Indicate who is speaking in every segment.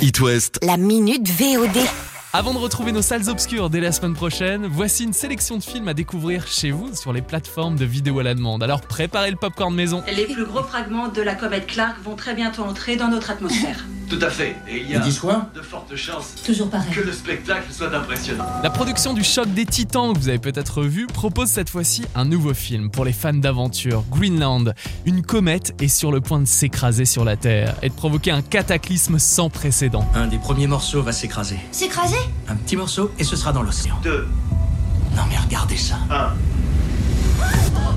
Speaker 1: It West.
Speaker 2: La minute VOD.
Speaker 3: Avant de retrouver nos salles obscures dès la semaine prochaine, voici une sélection de films à découvrir chez vous sur les plateformes de vidéo à la demande. Alors préparez le popcorn maison.
Speaker 4: Les plus gros fragments de la comète Clark vont très bientôt entrer dans notre atmosphère.
Speaker 5: Tout à fait, et il y a de fortes chances
Speaker 6: Toujours pareil.
Speaker 5: que le spectacle soit impressionnant.
Speaker 3: La production du Choc des Titans, que vous avez peut-être vu, propose cette fois-ci un nouveau film pour les fans d'aventure, Greenland. Une comète est sur le point de s'écraser sur la Terre et de provoquer un cataclysme sans précédent.
Speaker 7: Un des premiers morceaux va s'écraser.
Speaker 6: S'écraser
Speaker 7: Un petit morceau et ce sera dans l'océan.
Speaker 5: 2,
Speaker 7: Non mais regardez ça.
Speaker 5: 1.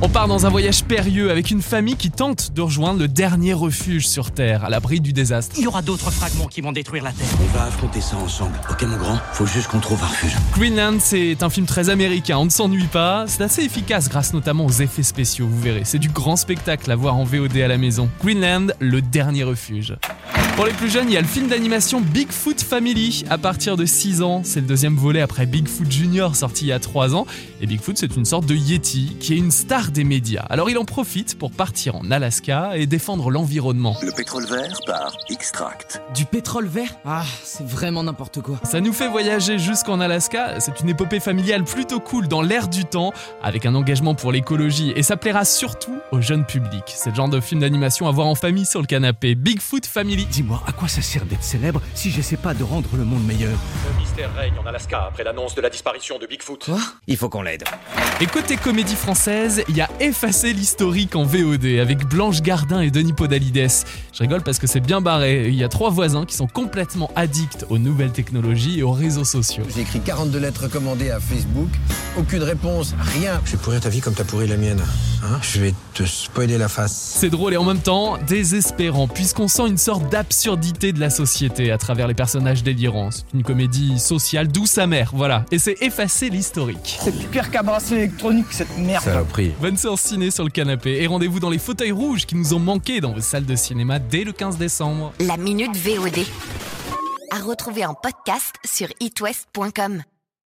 Speaker 3: On part dans un voyage périlleux avec une famille qui tente de rejoindre le dernier refuge sur Terre, à l'abri du désastre.
Speaker 7: Il y aura d'autres fragments qui vont détruire la Terre.
Speaker 8: On va affronter ça ensemble. Ok mon grand, faut juste qu'on trouve un refuge.
Speaker 3: Greenland, c'est un film très américain, on ne s'ennuie pas. C'est assez efficace grâce notamment aux effets spéciaux, vous verrez. C'est du grand spectacle à voir en VOD à la maison. Greenland, le dernier refuge. Pour les plus jeunes, il y a le film d'animation Bigfoot Family à partir de 6 ans. C'est le deuxième volet après Bigfoot Junior sorti il y a 3 ans. Et Bigfoot, c'est une sorte de Yeti qui est une star des médias. Alors il en profite pour partir en Alaska et défendre l'environnement.
Speaker 8: Le pétrole vert par Extract.
Speaker 9: Du pétrole vert Ah, c'est vraiment n'importe quoi.
Speaker 3: Ça nous fait voyager jusqu'en Alaska, c'est une épopée familiale plutôt cool dans l'air du temps, avec un engagement pour l'écologie, et ça plaira surtout au jeune public. C'est le genre de film d'animation à voir en famille sur le canapé. Bigfoot Family.
Speaker 10: Dis-moi, à quoi ça sert d'être célèbre si j'essaie pas de rendre le monde meilleur
Speaker 11: Le mystère règne en Alaska après l'annonce de la disparition de Bigfoot.
Speaker 9: Il faut qu'on l'aide.
Speaker 3: Et côté comédie française, il y a Effacer l'historique en VOD, avec Blanche Gardin et Denis Podalides. Je rigole parce que c'est bien barré, il y a trois voisins qui sont complètement addicts aux nouvelles technologies et aux réseaux sociaux.
Speaker 12: J'ai écrit 42 lettres recommandées à Facebook. Aucune réponse, rien.
Speaker 8: Je vais pourrir ta vie comme t'as pourri la mienne. Hein Je vais te spoiler la face.
Speaker 3: C'est drôle et en même temps désespérant, puisqu'on sent une sorte d'absurdité de la société à travers les personnages délirants. C'est une comédie sociale douce amère, voilà. Et c'est effacer l'historique.
Speaker 13: C'est pire qu'un bracelet électronique, cette merde.
Speaker 8: Saloperie.
Speaker 3: Bonne séance ciné sur le canapé et rendez-vous dans les fauteuils rouges qui nous ont manqué dans vos salles de cinéma dès le 15 décembre.
Speaker 2: e La minute VOD. À retrouver en podcast sur itwest.com.